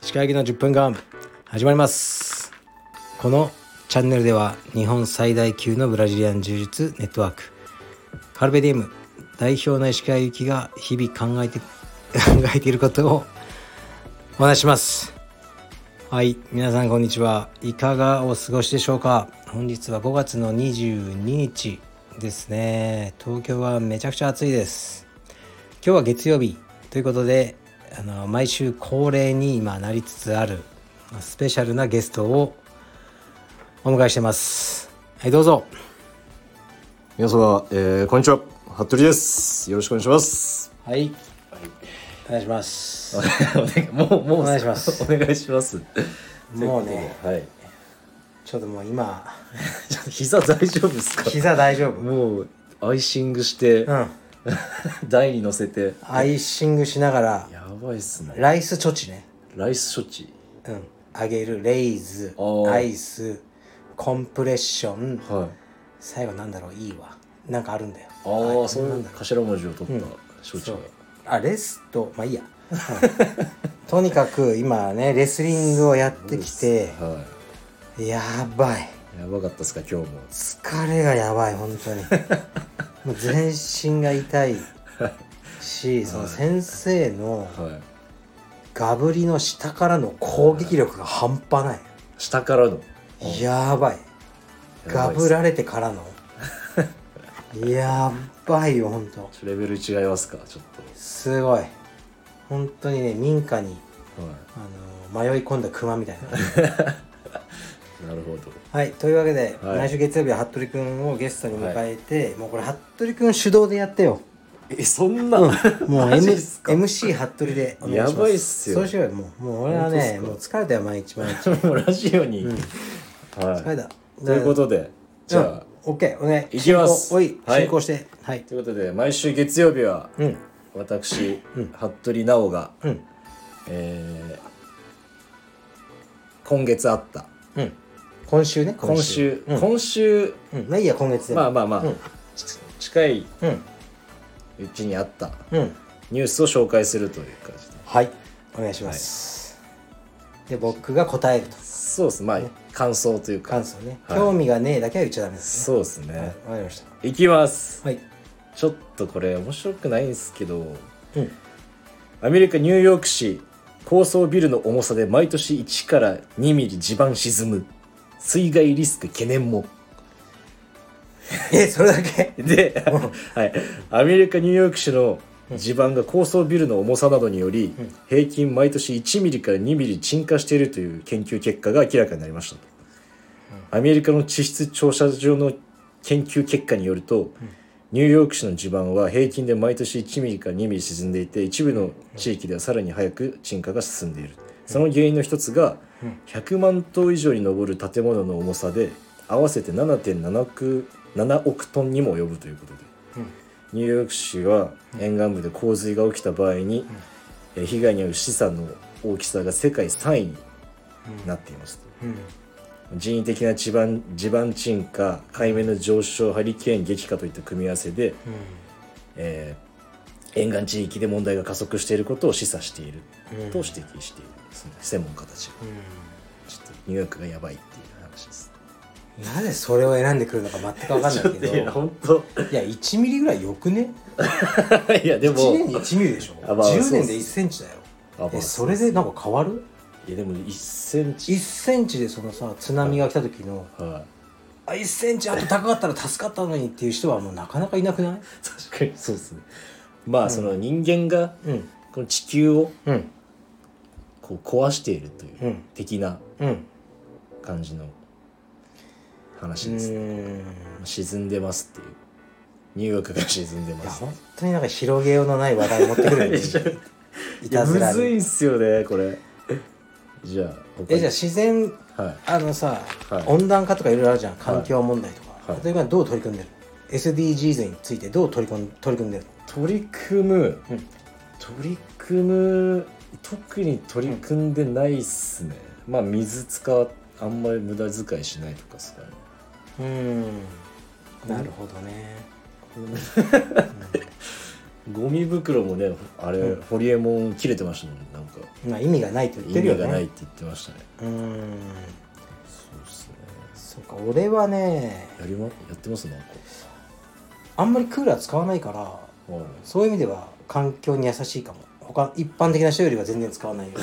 石川行きの10分間始まりますこのチャンネルでは日本最大級のブラジリアン柔術ネットワークカルベディエム代表の石川行きが日々考えて 考えていることをお話ししますはい皆さんこんにちはいかがお過ごしでしょうか本日は5月の22日ですね東京はめちゃくちゃ暑いです今日は月曜日ということであの毎週恒例に今なりつつあるスペシャルなゲストをお迎えしてますはいどうぞ皆様、えー、こんにちは服部ですよろしくお願いしますはい、お願いします もうもお願いします お願いしますもうねはいちょっともう今ちょっと膝大丈夫ですか膝大丈夫もうアイシングして、 うん 台に乗せてアイシングしながらやばいっすねライス処置ねライス処置うんあげるレイズあーアイスコンプレッションはい最後なんだろういいわなんかあるんだよああ、そういう頭文字を取った処置そがう、あレスとまあいいや、とにかく今ねレスリングをやってきてはやばいいやばかったっすか今日も疲れがやばい本 当にもう全身が痛いしその先生のはいガブリの下からの攻撃力が半端ない下からのやばいガブられてからのやばいよ本当レベル違いますかちょっすごい本当にね民家にとはあの迷い込んだ熊みたいないなるほどはいというわけで、はい来週月曜日は服部君をゲストに迎えて、もうこれ服部君主導でやって よえそんな、もう、マ M、ジっすか MC 服部でお願いしますやばいっすよそうしようよもうもう俺は本当っすねかもう疲れたよ毎日毎日 もうラジオに、疲はれいたということでじゃあ、オッケーお願いいきます進行おいはい進行してはい、ということで毎週月曜日はうん私、服部直が、うんえー今月あったうん今週ね今週うん今週、うんまあいいや今月でまあまあまあ、うんち近いううんうちにあったうんニュースを紹介するという感じではいお願いします、で僕が答えるとそうですまあ感想というか感想ね、はい興味がねえだけは言っちゃダメですそうですね、ねわかりましたい、きますはいちょっとこれ面白くないんですけどうんアメリカ・ニューヨーク市高層ビルの重さで毎年1から2ミリ地盤沈む水害リスク懸念もえそれだけ で、はい、アメリカ・ニューヨーク市の地盤が高層ビルの重さなどにより、平均毎年1ミリから2ミリ沈下しているという研究結果が明らかになりましたと、アメリカの地質調査所の研究結果によると、ニューヨーク市の地盤は平均で毎年1ミリから2ミリ沈んでいて一部の地域ではさらに早く沈下が進んでいるその原因の一つが100万棟以上に上る建物の重さで合わせて7.7億7億トンにも及ぶということで、ニューヨーク市は沿岸部で洪水が起きた場合に、えー被害に遭う資産の大きさが世界3位になっています、うん人為的な地盤地盤沈下海面の上昇ハリケーン激化といった組み合わせで、えー沿岸地域で問題が加速していることを示唆していると指摘している、その専門家たちが、ちょっとニューヨークがやばいっていう話ですなぜそれを選んでくるのか全く分かんないけどいや本当1ミリぐらいよくね いやでも1年に1ミリでしょあまあ10そうっ年すで1センチだよあまあえそれでなんか変わるいやでも1センチ1センチでそのさ津波が来た時のはあ1センチあと高かったら助かったのにっていう人はもうなかなかいなくないい確かにそうですねまあ、その人間がうんこの地球をうんこう壊しているという、うん的なうん感じのう話です、ーんい沈んでますっていうニューヨークが沈んでまやす本当になんか広げようの ない話題持ってくるよねいいやたずらむずいにんすよねこれじゃあ他えにじゃあ自然はいあのさ、はい温暖化とかいろいろあるじゃん環境問題とか、はい例えばどう取り組んでるの SDGs についてどう取り込ん取り組んでるの取り組む、うん取り組む特に取り組んでないっすね、まあ水使わあんまり無駄遣いしないとかっすかねうーんなるほどね、紙袋もねあれ、ホリエモン切れてましたもんなんかまあ、意味がないと言っ意てるよ味ねがないって言ってましたねうーんそうですねそうか俺はねやりまやってますなんかあんまりクーラー使わないからはいそういう意味では環境に優しいかも他一般的な人よりは全然使わないよ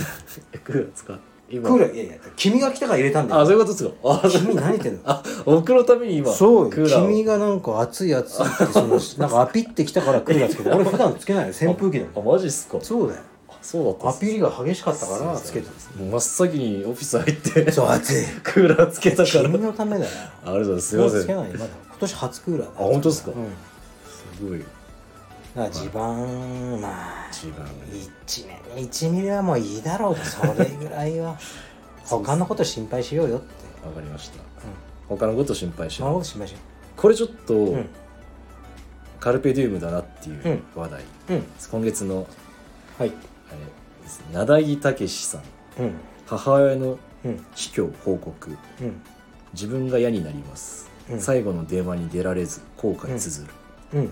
えクーラー使うク 今ーラーいやいや君が来たから入れたんだあそうよいうことですかあそう君何言ってんのあ僕のために今そうクよーラーを君がなんか暑い暑いってそ のなんかアピってきたからクーラーつけて俺普段つけないよ扇風機だあよマジっすかそうだよあそうだったアピールが激しかっただからつけてるもう真っ先にオフィス入ってそう暑いクーラーつけた からあり君がとうのためだよございますすいクーラまーつせけんないよまだ今年初クーラーだあ本当ですかうんだすごいから地盤まあ一番1年に1ミリはもういいだろうとそれぐら いは他のこと心配しようよってわかりましたうん他のこと心配し他のなこいと心配しよこれちょっと、んカルペディウムだなっていううん話題、ううん今月のはいあれですね名木武さんうん母親のうん死去報告うん自分が嫌になります、うん最後の電話に出られず後悔つづる、うんはい、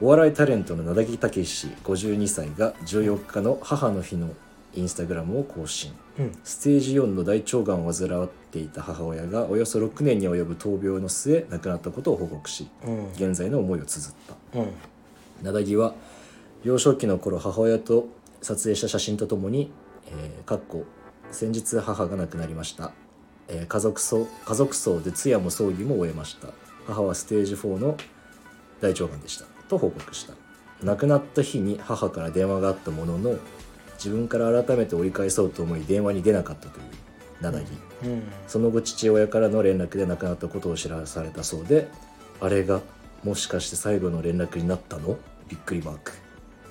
お笑いタレントの名木武氏52歳が14日の母の日のインスタグラムを更新うんステージ4の大腸がんを患っていた母親がおよそ6年に及ぶ闘病の末亡くなったことを報告しうん現在の思いを綴ったうん名木は幼少期の頃母親と撮影した写真とともに「えーかっこ先日母が亡くなりました」えー家族葬「家族葬で通夜も葬儀も終えました」「母はステージ4の大腸がんでした」と報告した亡くなった日に母から電話があったものの自分から改めて折り返そうと思い電話に出なかったという名木、うんその後父親からの連絡で亡くなったことを知らされたそうであれがもしかして最後の連絡になったのびっくりマーク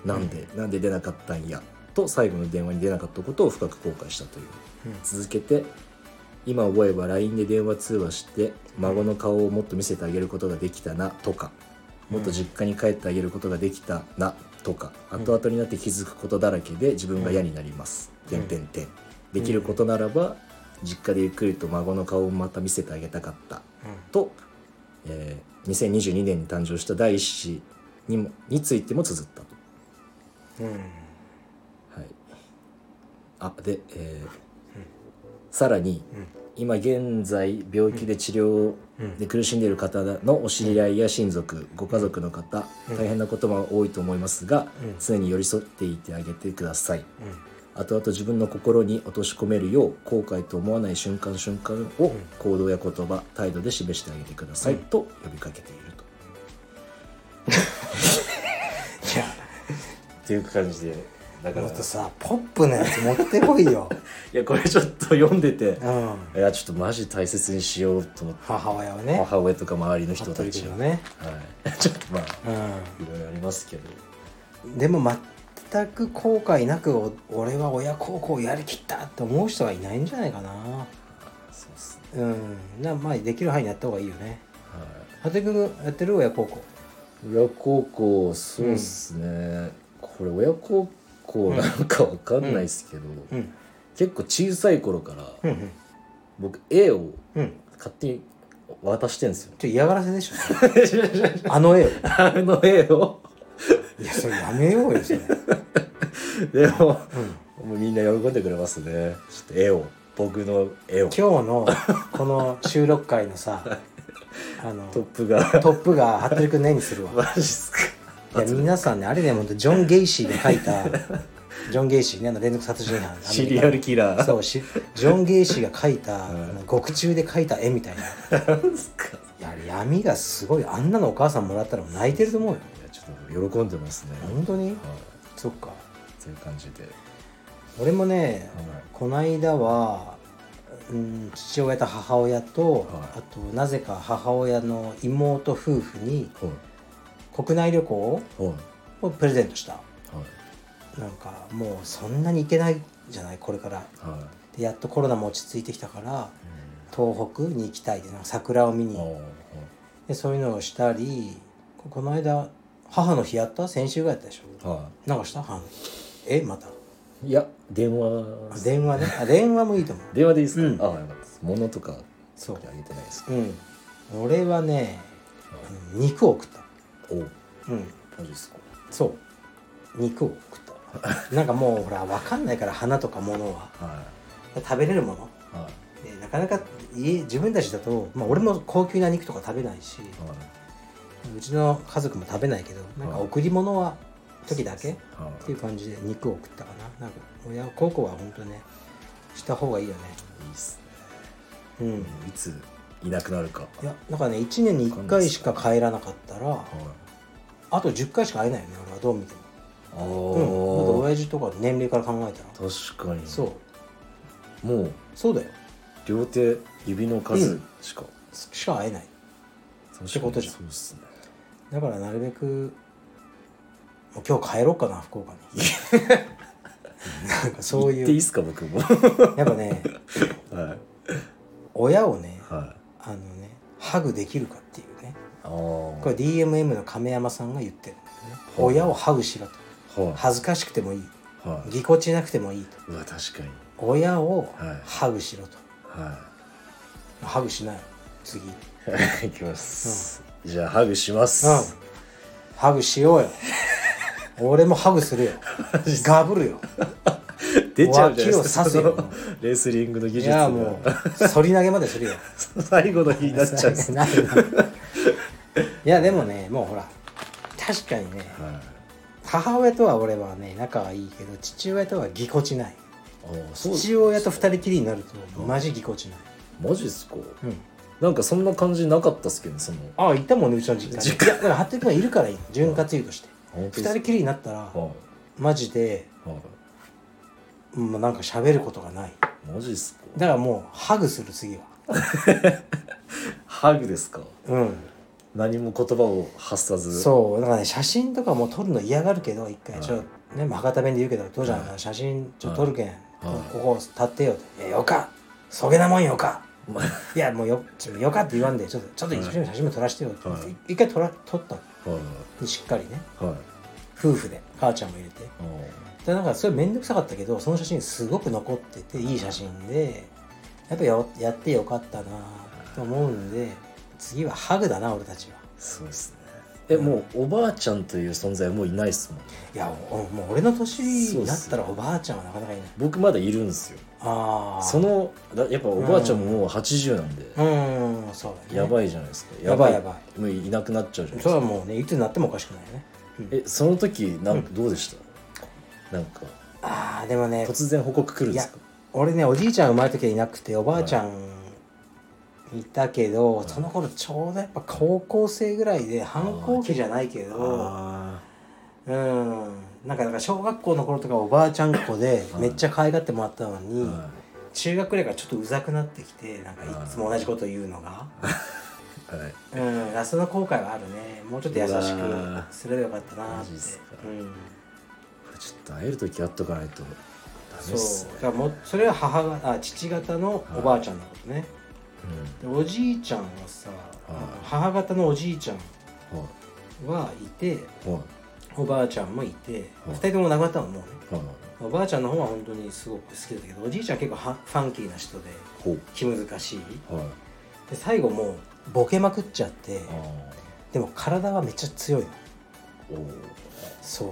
なんで、なんで出なかったんやと最後の電話に出なかったことを深く後悔したという続けて今思えば LINE で電話通話して孫の顔をもっと見せてあげることができたなとかもっと実家に帰ってあげることができたなとか、後々になって気づくことだらけで自分が嫌になります、うん点々点できることならば実家でゆっくりと孫の顔をまた見せてあげたかったと、えー2022年に誕生した第一子にもについても綴ったと。うんうんはい、あで、えーさらに、ん今現在病気で治療で苦しんでいる方のお知り合いや親族、ご家族の方、大変なことも多いと思いますが、うん常に寄り添っていてあげてください。うん後々自分の心に落とし込めるよう後悔と思わない瞬間瞬間を行動や言葉態度で示してあげてください、うんと呼びかけていると。いやっていう感じでだもっとさポップなやつ持ってこい よいやこれちょっと読んでて、うんいやちょっとマジ大切にしようと思って母親をね母親とか周りの人服た部ち君はを、ねはい、 ちょっとまあいろいろありますけどうんでも全く後悔なくお俺は親孝行やりきったって思う人はいないんじゃないかなそうっすねうんなまあできる範囲でやった方がいいよねは服部君がやってる親孝行い親孝行そうっすね、これ親孝行なのかわかんないっすけど、うん結構小さい頃からうんうん僕絵をうん勝手に渡してんですよちょ嫌がらせでしょ あの絵をあの絵を いやそれやめようよそれ、でもうんもうみんな喜んでくれますねちょっと絵を僕の絵を今日のこの収録回のさあのトトップが ップが服部君の絵にするわマジっすかいや皆さんねあれね本当ジョン・ゲイシーが書い たジョン・ゲイシーねあの連続殺人犯シリアルキラー そうしジョン・ゲイシーが描いた、あうんの獄中で描いた絵みたいななんすかいや闇がすごいあんなのお母さんもらったらもう泣いてると思うよいやちょっと喜んでますね、本当にはいそっかそういう感じで、俺もねはいこないだは、うん、父親と母親と、はいあとなぜか母親の妹夫婦にはい国内旅行はいをプレゼントしたはいなんかもうそんなに行けないじゃないこれからはいでやっとコロナも落ち着いてきたから東北に行きたいでなんか桜を見うんにあーでそういうのをしたりここの間母の日やった先週がやったでしょはなんかした母の日えまたいいや電話あ電話ねあ電話もいいと思う電話でいいですか、うんああよかったです物とかそうあげてないですかうん俺はねあの肉を食ったおううんマジですかそう肉を食ったなんかもうほら分かんないから花とか物はは食べれるものいはいでなかなか家自分たちだと、まあ、俺も高級な肉とか食べないしはうちの家族も食べないけどなんか贈り物は時だけっいはいていう感じで肉を食ったかななんか親孝行は本当ねした方がいいよねいいっすうんねいついなくなるかいやなんかね1年に1回しか帰らなかったらはいあと10回しか会えないよね俺はどう見てもあうんだってー親父とか年齢から考えたら確かにそううもうそうだよ両手指の数しかしか会えない仕てことじゃんそうっすねだからなるべくもう今日帰ろうかな福 岡になんかそう言っていいいうっすか僕も はやっぱねいはい親をねああのねハグできるかっていうねあこはれ DMM の亀山さんが言ってるんだよね親をハグしろとい恥ずかしくてもいいはいぎこちなくてもいいとうわ確かに親をはいハグしろと、はハグしない次いいきますじゃあハグしますハグしよ うよ俺もハグするよガブるよ出ちゃうじゃないですか脇を刺すそよのレスリングの技い術やがもう反り投げまでするよ 最後の日になっ ちゃうんですねないないいやでもねもうほら確かにねはい母親とは俺はね仲はいいけど父親とはぎこちないあーそう父親と二人きりになるとマジぎこちない、マジっすかうん、なんかそんな感じなかったっすけどねそのああいたもんねうちの実家に実いやだから服部君はいるからいいの潤滑油として本二人きりになったらはマジでいはもうなんか喋ることがないいマジっすかだからもうハグする次はハグですかうん何も言葉を発さずそうだからね写真とかも撮るの嫌がるけど一回はいちょっとねまあ博多弁で言うけど父ちゃんは写真ちょっと撮るけん、はいここ立ってよって「えよかそげなもんよかまあいやもうよちょよか」って言わんでちょっとちょっと一緒に写真も撮らしてよって、はい一回撮ら撮ったはいのしっかりねはい夫婦で母ちゃんも入れてあーでなんかそれ面倒くさかったけどその写真すごく残ってていい写真でやっぱややってよかったなと思うんで次はハグだな俺たちはそうですねえもうおばあちゃんという存在はもういないっすもんいやおもう俺の年になったらおばあちゃんはなかなかいない僕まだいるんですよああそのだやっぱおばあちゃんももう80なんでうんそうだねやばいいじゃないですかやばいやばもういなくなっちゃうじゃないですそかれはもうねいつになってもおかしくないよねえその時なんどうでした、なんかああでもね突然報告来るんですか俺ねおじいちゃん生まれた時はいなくておばあちゃんいたけど、その頃ちょうどやっぱ高校生ぐらいで反抗期じゃないけどあうんなんかなんか小学校の頃とかおばあちゃんっ子ではいめっちゃ可愛がってもらったのあに、中学ぐらいからちょっとうざくなってきてなんかいつも同じこと言うのが、はいうんラストの後悔はあるねもうちょっと優しうわくすればよかったなマっジてっすかうん、これちょっと会える時会っとかないとダメっすそうねだからもうそれは母があ父方のおばあちゃんのことね、でおじいちゃんはさ、あの母方のおじいちゃんうんははいていはおばあちゃんもいて、は二人いとも亡くなったのもうねいはいおばあちゃんの方は本当にすごく好きだったけどおじいちゃんは結構はファンキーな人でほう気難しいはいで最後もうボケまくっちゃってああでも体はめっちゃ強いのおおそう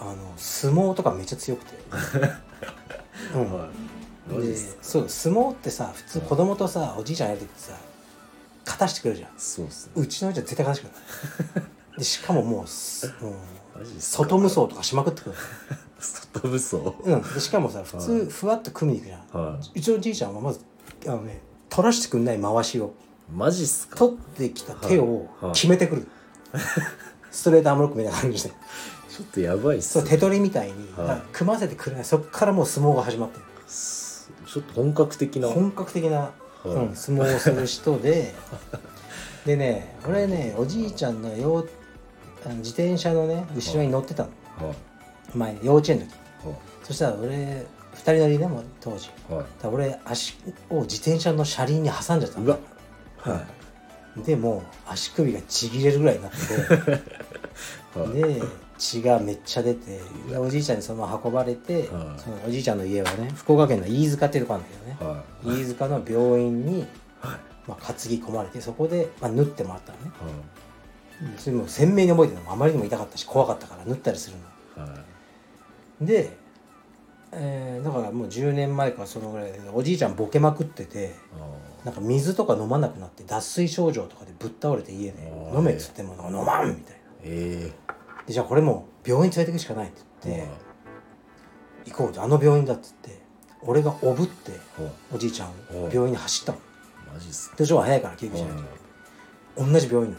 あの相撲とかめっちゃ強くて うん、はいマジでっすかそう相撲ってさ普通子供とさおじいちゃんやる時ってさ勝たしてくれるじゃんそうっすねうちのうちは絶対勝たしてくれ ないでしかももうすもうマジっすか外無双とかしまくってくる外無双うんでしかもさ普は通ふわっと組みに行くじゃん、はうちのじいちゃんはまずあのね取らしてくんない回しをいマジっすか取ってきた手をはいはい決めてく る、ストレートアームロックみたいな感じでちょっとやばいっすそうね手取りみたいに、はいだから組ませてくれないそっからもう相撲が始まってるすちょっと本格的な本格的な、いうん、相撲をする人で でね俺ねおじいちゃんのようあの自転車のね後ろに乗ってたのはい前幼稚園の時はそしたら俺二人乗りねもう当時いはだいから俺足を自転車の車輪に挟んじゃったのうわはでもう足首がちぎれるぐらいになってい はいで血がめっちゃ出てでおじいちゃんにそのまま運ばれて、はいそのおじいちゃんの家はね福岡県の飯塚っていうとこなんだけどね、は飯塚の病院に、いはいまあ、担ぎ込まれてそこで、まあ、縫ってもらったのねそれも鮮明に覚えてるのあまりにも痛かったし怖かったから縫ったりするのはで、えーだからもう10年前かそのぐらいでおじいちゃんボケまくってていあなんか水とか飲まなくなって脱水症状とかでぶっ倒れて家であー飲めっつってもなんか飲まんみたいなーえでじゃあこれもう病院連れてくしかないってえ言って行こうってあの病院だっつって俺がおぶっておじいちゃんを病院に走ったのマジっすかでしょは早いから救急車で同じ病院なの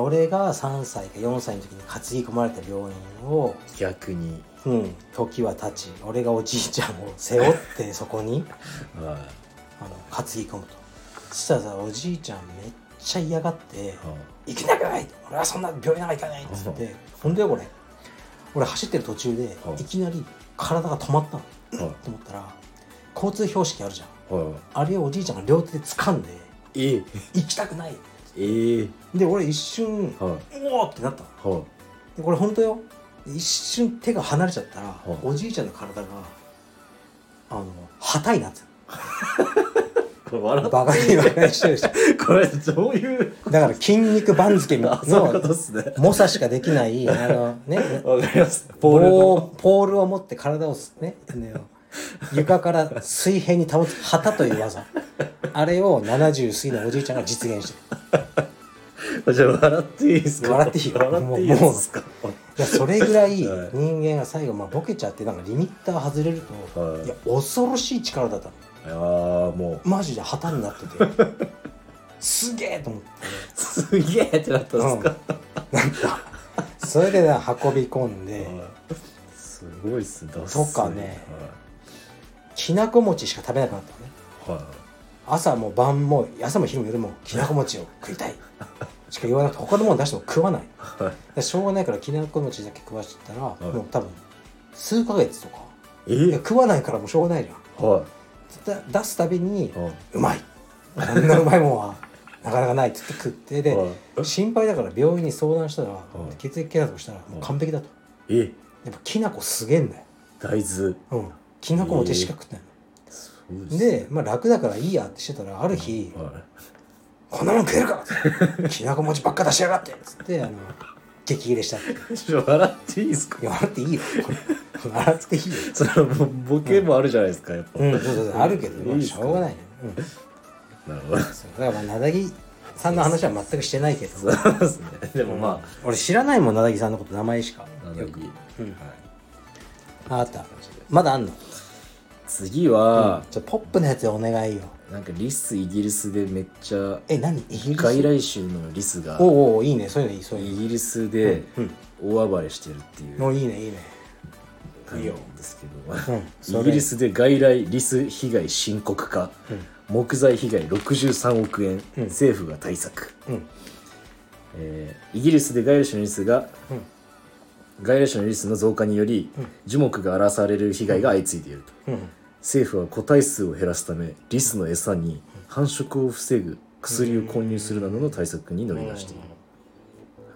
おおで俺が3歳か4歳の時に担ぎ込まれた病院を、逆にうん、時は経ち俺がおじいちゃんを背負 ってそこにはあの担ぎ込むとそしたらさおじいちゃんめっちゃ嫌がっていは「行きたくない!」俺はそんな病院なんか行かない!」っつってほんで俺俺走ってる途中でうんいきなり体が止まったのいはいと思ったら交通標識あるじゃんはあれをおじいちゃんが両手で掴 んでいえ「行きたくない!ええ」で俺一瞬「はいおお!」ってなったのはでこれ本当よ一瞬手が離れちゃったら、うんおじいちゃんの体があの旗になっていこれ笑たバカにバカにしてるしだこれどういうから筋肉番付みた あいそういなうことっすね猛者しかできないあのねわかりますポボールーのルポールを持って体をすねあの床から水平に保つ旗という 技あれを70過ぎのおじいちゃんが実現してるじゃあ笑っていいですか笑っていいよ笑っていいですかいやそれぐらい はい人間が最後、まあ、ボケちゃってなんかリミッター外れると、はいい、や恐ろしい力だったのああもマジで旗になってて すげえと思ってうすげえってなったんですか、なんかそれでな運び込んではいすごいっすねとかねきなこ餅しか食べなくなったのねはいは朝も晩も朝も昼も夜もきなこ餅を食い たいしか言わなくて他のもの出しても食わないいはいでしょうがないからきなこ餅だけ食わしてたら、いもう多分数ヶ月とかいやえ食わないからもうしょうがないじゃんはだ出すたびにいはいうまいこんなうまいもんはなかなかないっつって食ってで、はい心配だから病院に相談したら、い血液検査をしたらもう完璧だと、えやっぱきなこすげえんだよ、大豆うん、きなこも手しか食ってないそうの、で、まあ、楽だからいいやってしてたらある日、はこんなもん食えるかってきなこ餅ばっか出しやがってっつってあの激切れしたってい、ちょっと笑っていいですかいや笑っていいよこれ笑っていいよそのぼボケもあるじゃないですかやっぱ、うんそうそうそうあるけど、まあいいっすしかょうがないね、うん、なるほどそうだからまあなだぎさんの話は全くしてないけどそうですねでもま俺知らないもんなだぎさんのこと名前しかあ、なんだっけはい、ああったまだあんの次は、ちょっとポップのやつお願いよなんかリスイギリスでめっちゃえ何イギリス外来種のリスがおうおういいねそういうのいいそういうイギリスで大暴れしてるっていうのおいいねいいね感じなんですけど、うんそれイギリスで外来リス被害深刻化、木材被害63億円、政府が対策、うんえーイギリスで外来種のリスが、外来種のリスの増加により、樹木が荒らされる被害が相次いでいると、うん政府は個体数を減らすためリスの餌に繁殖を防ぐ薬を購入するなどの対策に乗り出している、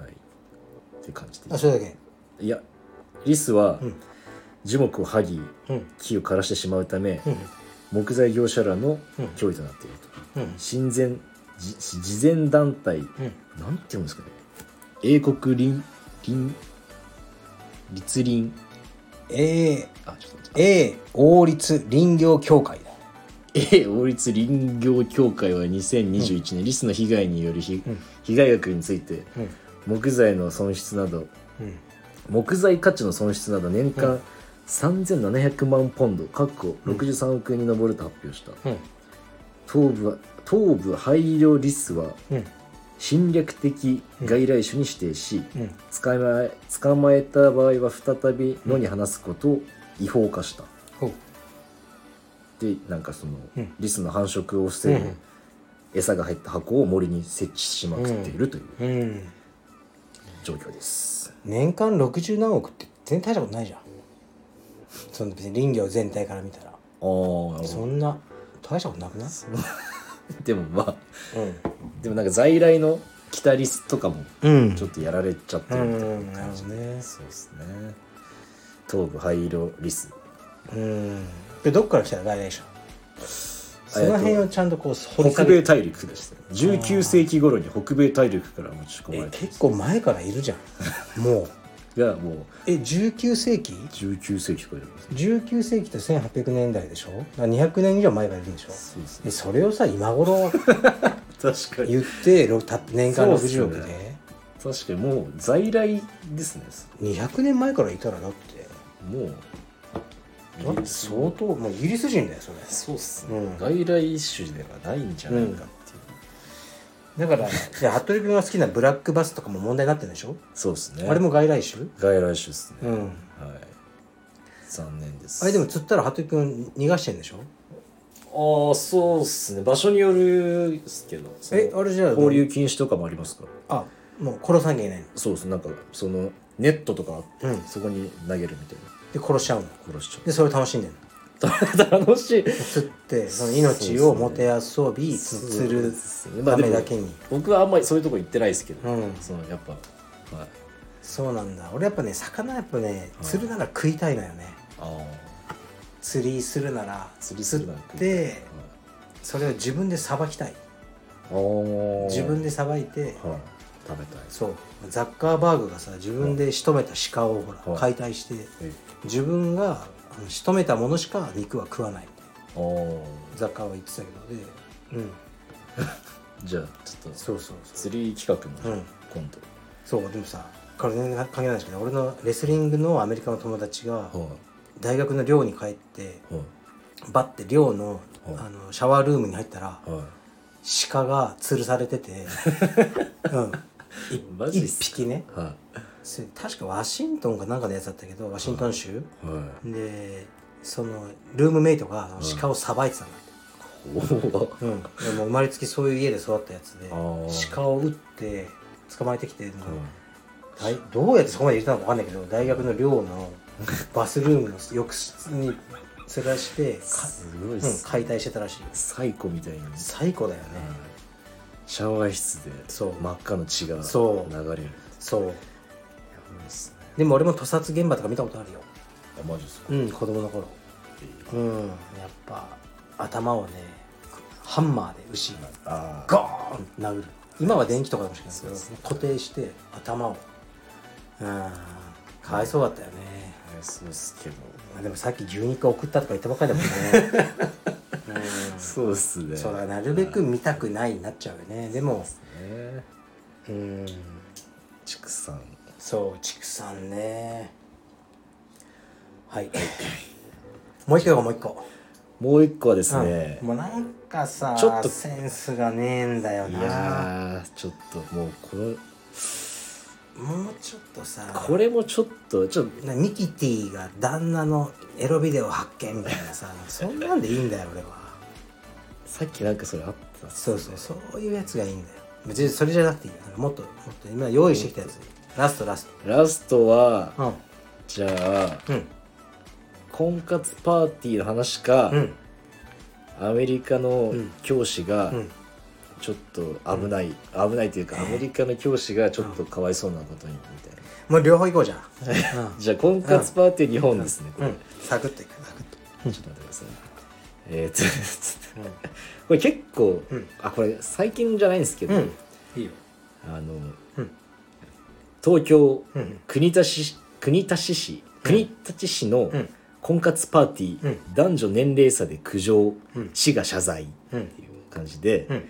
はいって感じであそれだけいやリスは樹木を剥ぎ、うん木を枯らしてしまうため、うん木材業者らの脅威となっているうと、ん親善じ慈善団体、なんていうんですかね英国林林立林えあちょっと待っー、て えー、王立林業協会だ A 王立林業協会は2021年、リスの被害による被,、被害額について、木材の損失など、ん木材価値の損失など年間3700万ポンドかっこ63億円に上ると発表した、うん東部は東部廃料リスはうん侵略的外来種に指定し、うん捕まえ捕まえた場合は再び野に放すことを違法化した、ほうでなんかその、うんリスの繁殖を防うぐん餌が入った箱を森に設置しまくっているといううん状況です、年間60何億って全然大したことないじゃんその別に林業全体から見たらああなるそほんな大したことなくないどでもまあうでもなんか在来のキタリスとかもんうんちょっとやられちゃってうるみたいな、んなるほどねそうですね東部灰色リスうんでどっから来たら外来種その辺をちゃんとこう掘り下北げ米て大陸ですね19世紀頃に北米大陸から持ち込まえれて結構前からいるじゃんもうがもうえ19世紀19世紀とかじゃないですか19世紀って1800年代でしょだから200年以上前からいるでしょそうですねでそれをさ今頃確かに言ってろた年間そうっす60よ億ねで、確かにもう在来ですね200年前からいたらだってもうだって相当もうイギリス人だよそれそうっすね外来種ではないんじゃ、ないかっていうだから じゃあ服部君が好きなブラックバスとかも問題になってるでしょそうですねあれも外来種外来種ですうね、んはい残念ですあれでも釣ったら服部君逃がしてんでしょああそうっすね場所によるっすけどそのえあれじゃあ放流禁止とかもありますからあもう殺さなきゃいけないのそうですなんかそのネットとかあって、うんそこに投げるみたいでな殺しちゃうの殺しちでそれを楽しんでるのゃう 楽しい釣ってその命をもてあそび釣るためだけに僕はあんまりそういうとこ行ってないですけど、うんそのやっぱはいそうなんだ俺やっぱね魚やっぱね釣るなら食いたいのよねあー釣りするなら釣りするなら食いたいでそれを自分でさばきたいはい、自分で、でさばいてはい、食べたいそうザッカーバーグがさ自分で仕留めた鹿をほはら解い体してえ自分があの仕留めたものしか肉は食わないあーザッカーは言ってたけどでうんじゃあちょっとそうそうそう釣り企う画もん今度、そうでもさこれね関係ないんですけど俺のレスリングのアメリカの友達がはい大学の寮に帰ってはいバッて寮のはいあのシャワールームに入ったらは鹿が吊るされて て、うん、いマジっ一す匹ねはそれ確かワシントンかなんかのやつだったけどワシントン州いはでそのルームメイトがうん鹿をさばいてたんだって、い怖っうん、でも生まれつきそういう家で育ったやつであー鹿を撃って捕まえてきて、大どうやってそこまで入れたのか分かんないけど大学の寮 のバスルームの浴室に連れ出してかすごいっうん、す、解体してたらしいサイコみたいに最高だよね、シャワー室でそう真っ赤の血がそう流れるそうやばいっすねでも俺も屠殺現場とか見たことあるよあマジっすかうん子供の頃うんやっぱ頭をねハンマーで牛があゴーンって殴る今は電気とかかもしれないけそうど、ですね固定して頭をうんかわいそうだったよね、あそうっすけどまあでもさっき牛肉送ったとか言ったばっかりだもんね そうっすねそうだからなるべく見たくないになっちゃうよねでもねうん畜産そう畜産ね はいもう一個もう一個もう一個はですね、うんもうなんかさちょっとセンスがねえんだよいなやーちょっともうこのもうちょっとさこれもちょっとちょっとなミキティが旦那のエロビデオ発見みたいなさそんなんでいいんだよ俺はさっきなんかそれあったっすそうそうそういうやつがいいんだよ別にそれじゃなくていいよなんかもっともっと今用意してきたやつラストラスラストはトじゃあうんうん婚活パーティーの話か、うんアメリカのん教師がうんちょっと危ない、危ないというかアメリカの教師がちょっとかわいそうなことにみたいな、もう両方行こうじゃん、うんじゃあ婚活パーティー日本ですね、こうれ、ん、サクッといくサクッとちょっと待ってくださいえー、っとちょっと これ結構、うんあこれ最近じゃないんですけど、うんいいよあの、うん東京、うん国立市国立市国立市のうん婚活パーティー、うん男女年齢差で苦情、うん市が謝罪ってういうん感じで、うん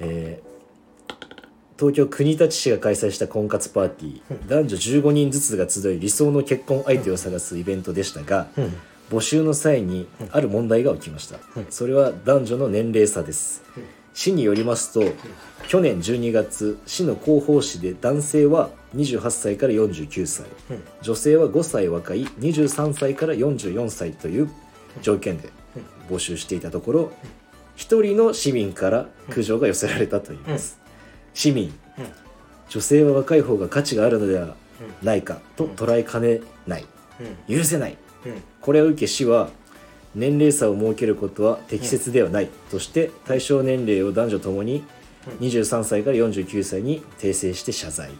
えー東京国立市が開催した婚活パーティー、男女15人ずつが集い理想の結婚相手を探すイベントでしたが、うん募集の際にある問題が起きました、うんそれは男女の年齢差です、うん市によりますと、去年12月市の広報誌で男性は28歳から49歳、うん女性は5歳若い23歳から44歳という条件で募集していたところ1人の市民から苦情が寄せられたといいます、市民うん女性は若い方が価値があるのではないかと捉えかねないうん許せないうんこれを受け市は年齢差を設けることは適切ではないとして対象年齢を男女ともに23歳から49歳に訂正して謝罪うん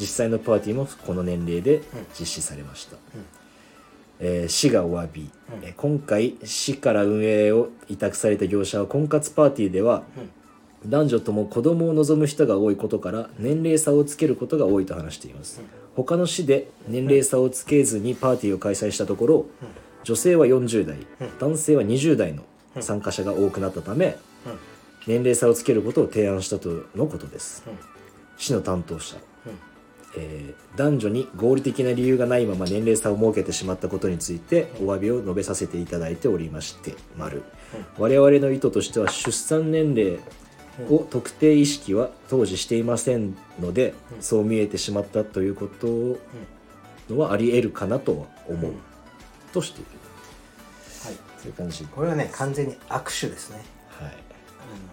実際のパーティーもこの年齢で実施されました、えー市がお詫び、えー今回市から運営を委託された業者は婚活パーティーでは、男女とも子供を望む人が多いことから年齢差をつけることが多いと話しています、他の市で年齢差をつけずにパーティーを開催したところ、女性は40代、男性は20代の参加者が多くなったため、うん年齢差をつけることを提案したとのことです、うん市の担当者、うんえー男女に合理的な理由がないまま年齢差を設けてしまったことについてお詫びを述べさせていただいておりまして丸我々の意図としては出産年齢を特定意識は当時していませんのでそう見えてしまったということのはあり得るかなとは思うとしているはい、という感じこれはね完全に握手ですねはい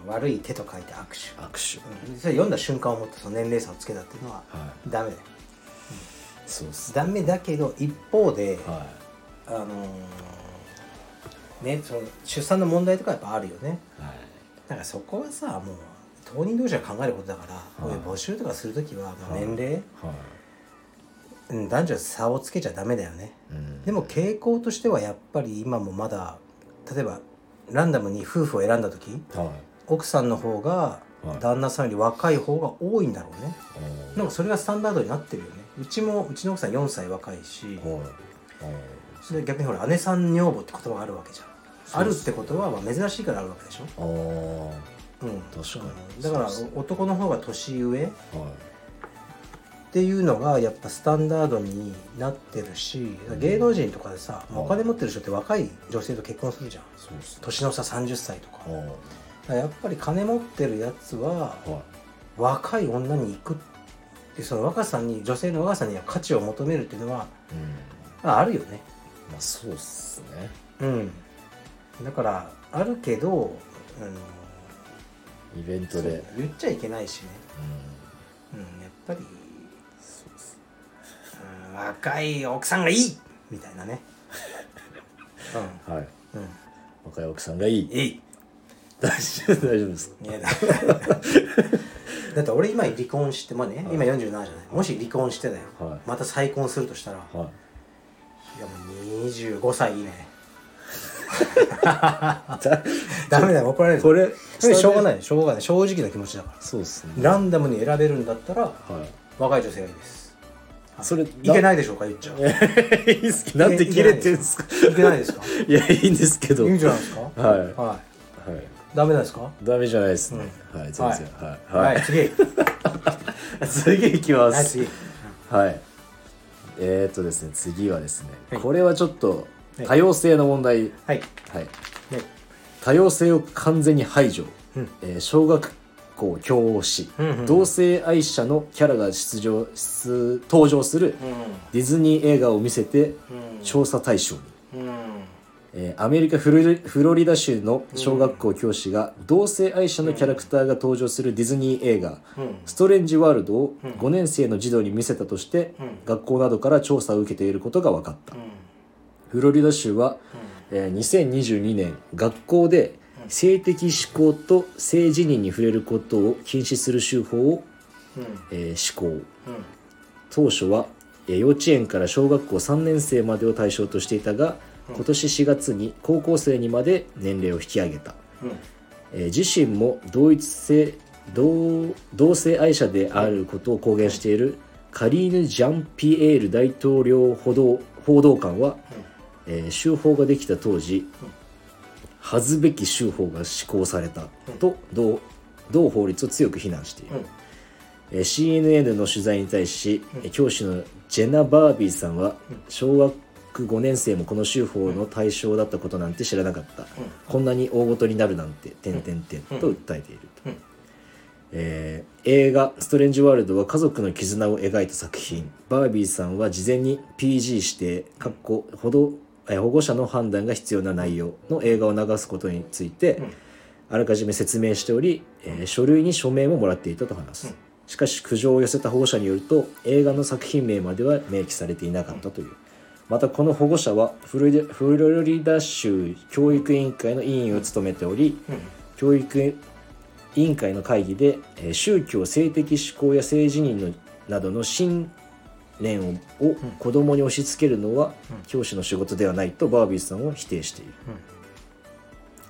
あの悪い手と書いて握手握手うんそれ読んだ瞬間をもってその年齢差をつけたっていうのははダメだよいそうっすダメだけど一方ではあのーねその出産の問題とかやっぱあるよねいはいだからそこはさもう当人同士が考えることだから、こういう募集とかするときは、まあ、はい年齢、はうん、男女は差をつけちゃダメだよねいうんでも傾向としてはやっぱり今もまだ例えばランダムに夫婦を選んだ時はい奥さんの方がはい旦那さんより若い方が多いんだろうねおーなんかそれがスタンダードになってるよねうちもうちの奥さん4歳若いしはいはいそれで逆にほら姉さん女房って言葉があるわけじゃんそうあるっっすてことはまあ珍しいからあるわけでしょ、あーうん、確かにうんだからそうっす男の方が年上っはいていうのがやっぱスタンダードになってるし芸能人とかでさ、まあお金持ってる人って若い女性と結婚するじゃんそうっすね年の差30歳とかあーはやっぱり金持ってるやつはい若い女に行くってその若さに女性の若さには価値を求めるっていうのはうんまああるよねまあそうっすねうんだからあるけど、うん、イベンそトうで言っちゃいけないしね、うんうん、やっぱり、そうっすうん、若い奥さんがいいみたいな ねはいうんうん若い奥さんがいいいい大丈夫大丈夫ですい やだだって俺今離婚してまあね、今47じゃないもし離婚してだよ、はいまた再婚するとしたら、はいやもう25歳いいねだダメだよ怒られるこれそれしょうがいないしょうがない正直な気持ちだからそうっすねランダムに選べるんだったらはい若い女性がいいですそれいけいないでしょうか言っちゃういいっすけどなんで切れてんすかいけないですかいやいいんですけいどいんはいじゃないですかははいいダメなんですかダメじゃないですねはい全然はいははいい次 次いきまはいす次はいえー、っとですね次はですね、はいこれはちょっとはい多様性の問題、はいはいね多様性を完全に排除、うんえー小学校教師、うんうんうん同性愛者のキャラが出場出登場するディズニー映画を見せてうん調査対象に、うんうんえーアメリカフロリフロリダ州の小学校教師が同性愛者のキャラクターが登場するディズニー映画うん「ストレンジワールド」を5年生の児童に見せたとしてうん学校などから調査を受けていることが分かったフロリダ州は、えー2022年学校で性的指向と性自認に触れることを禁止する州法を、うんうんえー施行うん当初はえー幼稚園から小学校3年生までを対象としていたが今年4月に高校生にまで年齢を引き上げた、うんえー自身も同一性同同性愛者であることを公言しているカリーヌ・ジャンピエール大統領報道報道官は、えー州法ができた当時、恥ずべき州法が施行されたと同同法律を強く非難している、うんえー CNN の取材に対し、えー教師のジェナ・バービーさんは、小学5年生もこの州法の対象だったことなんて知らなかった、こんなに大ごとになるなんて、点々点と訴えているうと、んえー映画「ストレンジ・ワールド」は家族の絆を描いた作品バービーさんは事前に PG 指定かっこほどえー保護者の判断が必要な内容の映画を流すことについて、あらかじめ説明しており、えー書類に署名ももらっていたと話す、しかし苦情を寄せた保護者によると映画の作品名までは明記されていなかったというまたこの保護者はフロリダフロリダ州教育委員会の委員を務めており教育委員会の会議でえー宗教性的指向や性自認のなどの新念をを子供に押し付けるのは教師の仕事ではないとバービーさんは否定している、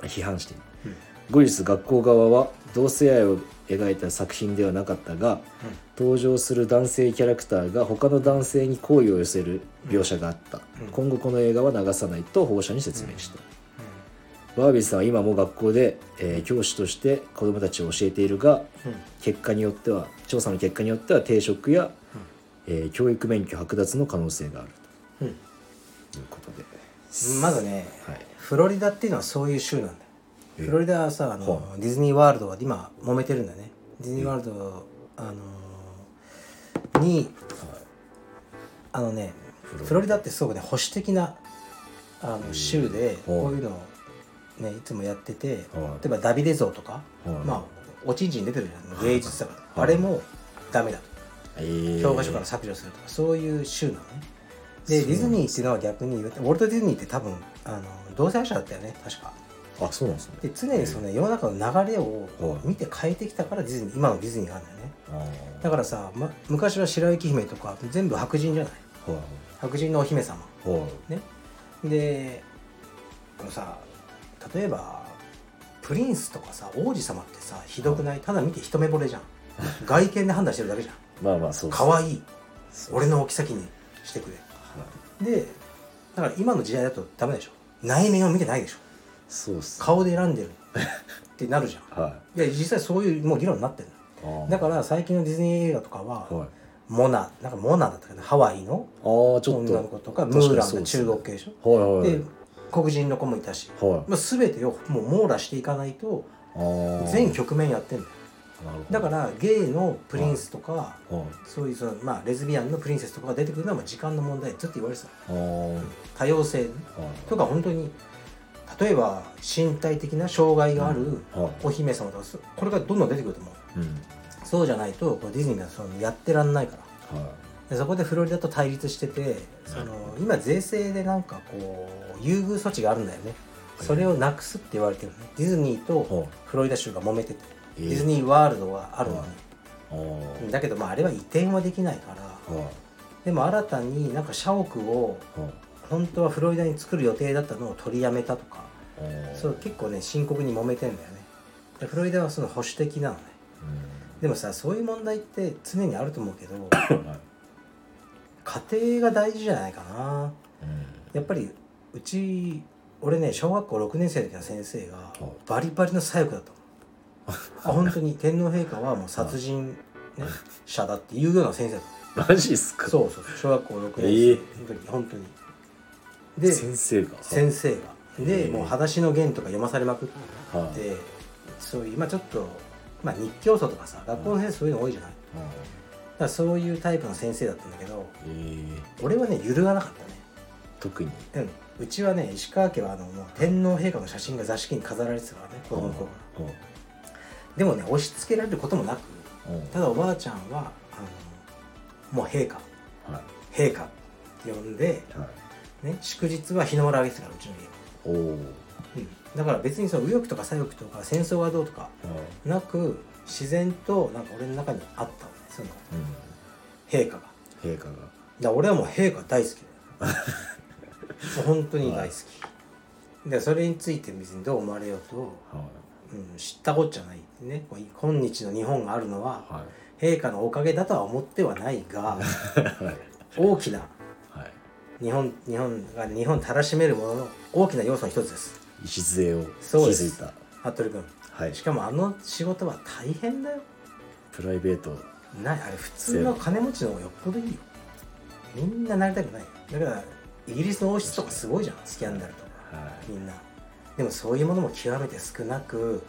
批判している、後日学校側は同性愛を描いた作品ではなかったが、登場する男性キャラクターが他の男性に好意を寄せる描写があった、今後この映画は流さないと保護者に説明した、バービーさんは今も学校で、えー教師として子どもたちを教えているが、結果によっては調査の結果によっては停職や、えー教育免許剥奪の可能性があるうんということで、まずね、はいフロリダっていうのはそういう州なんだよええフロリダはさあの、はディズニーワールドは今揉めてるんだよねディズニーワールド、あのにはいあのねフロリダフロリダってすごくね保守的なあの州でこういうのを、ね、いつもやってて、例はいえばダビデ像とか、はいまあおちんちん出てるじゃん芸術だから、はいあれもダメだとえー教科書から削除するとか、そういう州なのねでそうなんですディズニーっていうのは逆に言うとウォルト・ディズニーって多分あの同性愛者だったよね確かあそうなんですねで常にその、ね、世の中の流れをはい見て変えてきたからディズニー今のディズニーがあるんだよねあーだからさ、ま、昔は白雪姫とか全部白人じゃないは白人のお姫様いはいねでこのさ例えばプリンスとかさ王子様ってさひどくないただ見て一目惚れじゃん外見で判断してるだけじゃんまあまあそうです可愛いそう俺の置き先にしてくれはいでだから今の時代だとダメでしょ内面を見てないでしょそうっす顔で選んでるってなるじゃんはいや実際そういうもう議論になってるいあーだから最近のディズニー映画とかは、はいモナなんかモナだったかなハワイのあーちょっ女との子とかム確にーランそうのですね中国系でしょはいはいで黒人の子もいたし、はいまあ、全てをもう網羅していかないとあー全局面やってんだよなるほだどからゲイのプリンスとか、はいそういうその、まあ、レズビアンのプリンセスとかが出てくるのはまあ時間の問題ずっと言われてたのあーはい多様性とか本当に例えば身体的な障害があるはいお姫様とかそうこれがどんどん出てくると思ううんそうじゃないとこうディズニーはそのやってらんないからはでそこでフロリダと対立しててその今税制でなんかこう優遇措置があるんだよねそれをなくすって言われてるねディズニーはといフロリダ州が揉めててえデーィズニーワールドがあるのいあーにだけどまああれは移転はできないからはいでも新たになんか社屋をはい本当はフロリダに作る予定だったのを取りやめたとかあーそう結構ね深刻に揉めてんだよねでフロリダはその保守的なのねうでもさそういう問題って常にあると思うけ どんはい家庭が大事じゃないかなうんやっぱりうち俺ね小学校6年生の時の先生がいバリバリの左翼だったの あ本当に天皇陛下はもう殺人、ね、者だっていうような先生だっマジっすた かそうそう小学校6えー年生の時、本当にで先生が先生がでへーもう「裸足の弦」とか読まされまくっはいてそういう今ちょっと、まあ、日教祖とかさ学校の先生そういうの多いじゃないだあからそういうタイプの先生だったんだけどーえー俺はね揺るがなかったね特にうん、うちはね石川家はあのもう天皇陛下の写真が座敷に飾られてたからね子供の頃からはいでもね押し付けられることもなくうんただおばあちゃんはあのもう陛下は陛下って呼んで、いはいね、祝日は日の丸あげてたからうちのおお家、うん、だから別にその右翼とか左翼とか戦争がどうとかはいなく自然となんか俺の中にあったのねそのうん陛下がだか陛下がら俺はもう陛下大好きだよもう本当に大好きでそれについて別にどう思われようとはうん、知ったこっちゃないねこう今日の日本があるのいはは陛下のおかげだとは思ってはないがいはい大きなはい日本日本が日本たらしめるものの大きな要素の一つです礎をそう築でいすた服部君はいしかもあの仕事は大変だよプライベートないあれ普通の金持ちの方がよっぽどいいよみんななりたくないだからイギリスの王室とかすごいじゃんスキャンダルとかはみんなでもそういうものも極めて少なく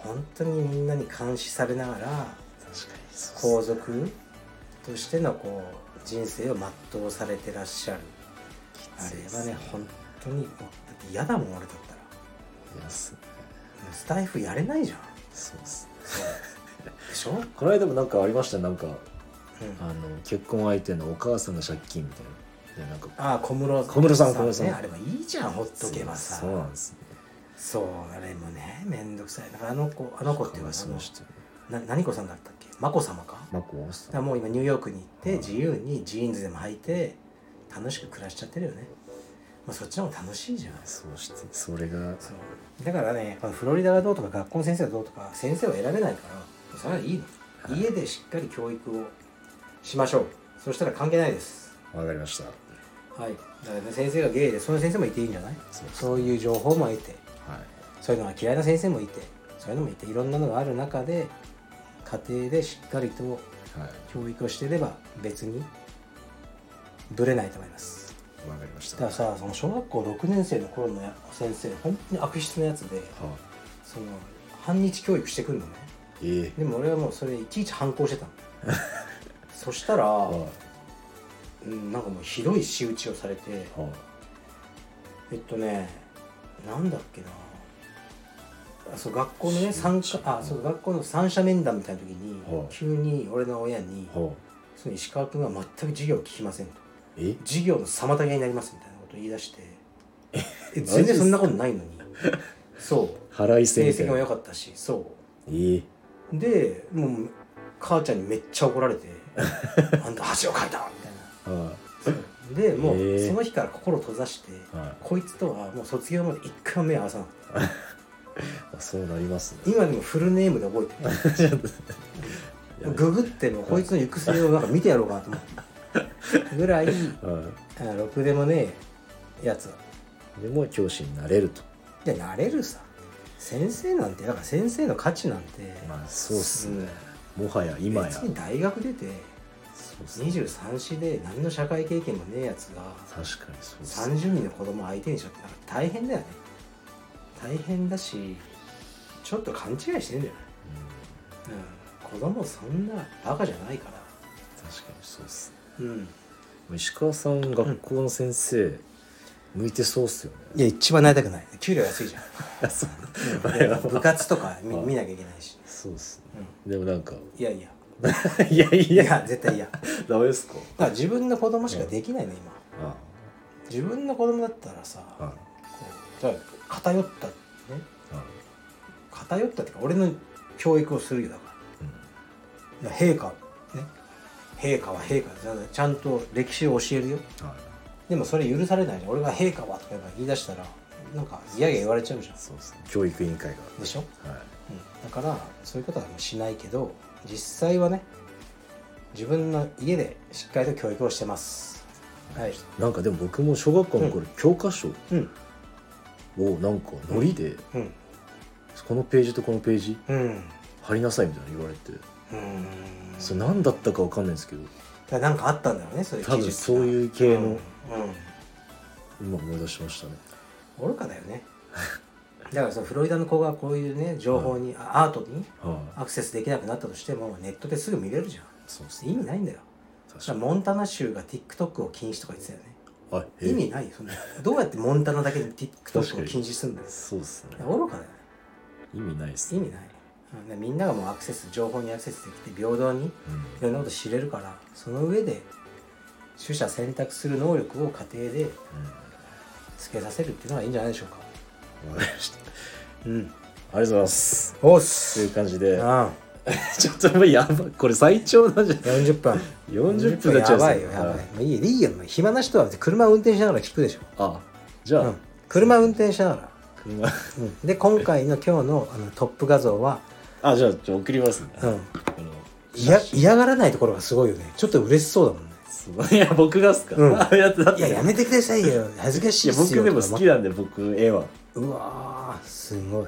本当にみんなに監視されながらい確かにそう皇っす族としてのこう人生を全うされてらっしゃるあついっれすはねね本当にもうだって嫌だもん俺だったらいやっすねスタイフやれないじゃんそうっすねでしょ、うん、この間もなんかありましたなんかあの結婚相手のお母さんの借金みたいなでなんかああ小室小室さんね小室さんあればいいじゃんほっとけばさそうそうなんですねそうあれもねめんどくさいだからあの子あの子っていうかその人な何子さんだったっけ眞子さまかマコだからもう今ニューヨークに行って自由にジーンズでも履いて楽しく暮らしちゃってるよね、まあ、そっちの方が楽しいじゃないですかそうしてそれがそうだからねこのフロリダがどうとか学校の先生がどうとか先生を選べないからそれはいいの、はい家でしっかり教育をしましょうそしたら関係ないですわかりましたはいだから、ね、先生がゲイでその先生もいていいんじゃないそうですそういう情報も得てはいそういうのが嫌いな先生もいてそういうのもいていろんなのがある中で家庭でしっかりとはい教育をしていれば別にブレないと思いますわかりましただからさその小学校6年生の頃のや先生本当に悪質なやつではその反日教育してくんのねええでも俺はもうそれいちいち反抗してたのそしたら、はうん、なんかもうひどい仕打ちをされていはえっとねなんだっけなあそう学校のね三者あそう学校の三者面談みたいな時に、はい急に俺の親に、いはその石川君は全く授業を聞きませんといえ授業の妨げになりますみたいなことを言い出してえマジっ全すか然そんなことないのに そう払成いせみた績もい良なかったしそうええでもう母ちゃんにめっちゃ怒られ て「あんた恥をかいた!」みたいはなでもへうえその日から心を閉ざして、いはこいつとはもう卒業まで一回も目を合わさなかっいそうなりますたね今でもフルネームで覚えて るググってもこいつの行く末をなんか見てやろうかなと思 ってぐらいはあろくでもねえやついでも教師になれるとで慣れるさ先生なんてだから先生の価値なんて、まあそうっすねもはや今や別に大学出てそうっすね23歳で何の社会経験もねえやつが確かにそうっすね30人の子供相手にしちゃってなんか大変だよね大変だしちょっと勘違いしてんだよね、うん、子供そんなバカじゃないから確かにそうっすねうん石川さん学校の先生向いてそうっすよねいや一番なりたくない給料安いじゃん、 あそううんで部活とか見あ見なきゃいけないし、そうっすねうでもなんかん、いやいや いやいいやや絶対嫌だかダメですから自分の子供しかできないの今あ自分の子供だったらさああこう例えば偏ったねああ偏ったっていうか俺の教育をするよだからうんいや陛下ね陛下は陛下ですだからちゃんと歴史を教えるよはいでもそれ許されないじゃん俺が陛下はとか言い出したらなんか嫌々言われちゃうじゃんそうですね教育委員会でしょ、がはいうん、だからそういうことはしないけど実際はね自分の家でしっかりと教育をしてますはいなんかでも僕も小学校の頃、教科書うんをなんかノリで、うんこのページとこのページうん貼りなさいみたいなの言われて、うんそれ何だったかわかんないんですけどだからなんかあったんだろうねそういう多分そういう系のうんうん今思い出しましたね愚かだよね だからそのフロリダの子がこういうね情報に、あアートにはい、アクセスできなくなったとしてもネットですぐ見れるじゃんそうです意ね味ないんだよ確だかからにモンタナ州が TikTok を禁止とか言ってたよねあえ意味ないよそんなどうやってモンタナだけで TikTok を禁止するんだよそうですねだから愚かだよね意味ないです意ね、味ない、うん、だからみんながもうアクセス情報にアクセスできて平等にいろんなこと知れるからその上で取捨選択する能力を家庭でつけさせるっていうのがいいんじゃないでしょうかうんわかりましたうんありがとうございますおっといすう感じであ ちょっともうやばいこれ最長なんじゃない40分40分になっちゃやばいいますねよやばい、はもういいよいいよもう暇な人は車運転しながら聞くでしょ、あじゃあ、うん、車運転しながら、車 うん、で今回の今日のあのトップ画像は、あじゃあちょ送りますね、うん、このいや嫌がらないところがすごいよねちょっと嬉しそうだもんねすごいいや僕がっすか、うんあ やだっいてややめてくださいよ恥ずかしいいやっす僕よでも好きなんで僕絵はうわーすごい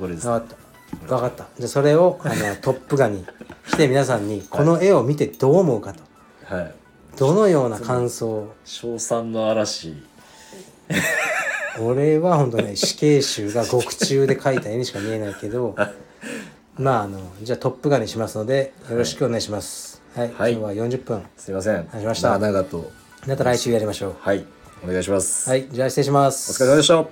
これです分かった分かったじゃあそれをあ のトップ画にして皆さんにこの絵を見てどう思うかとはいどのような感想を賞賛の嵐俺は本当ね死刑囚が獄中で描いた絵にしか見えないけ どまああのじゃあトップガンにしますのでよろしくお願いしますはい、はい今日は40分すいませんりました長々とまた来週やりましょはいお願いします、うはいじゃあ失礼しまおす疲れ様でした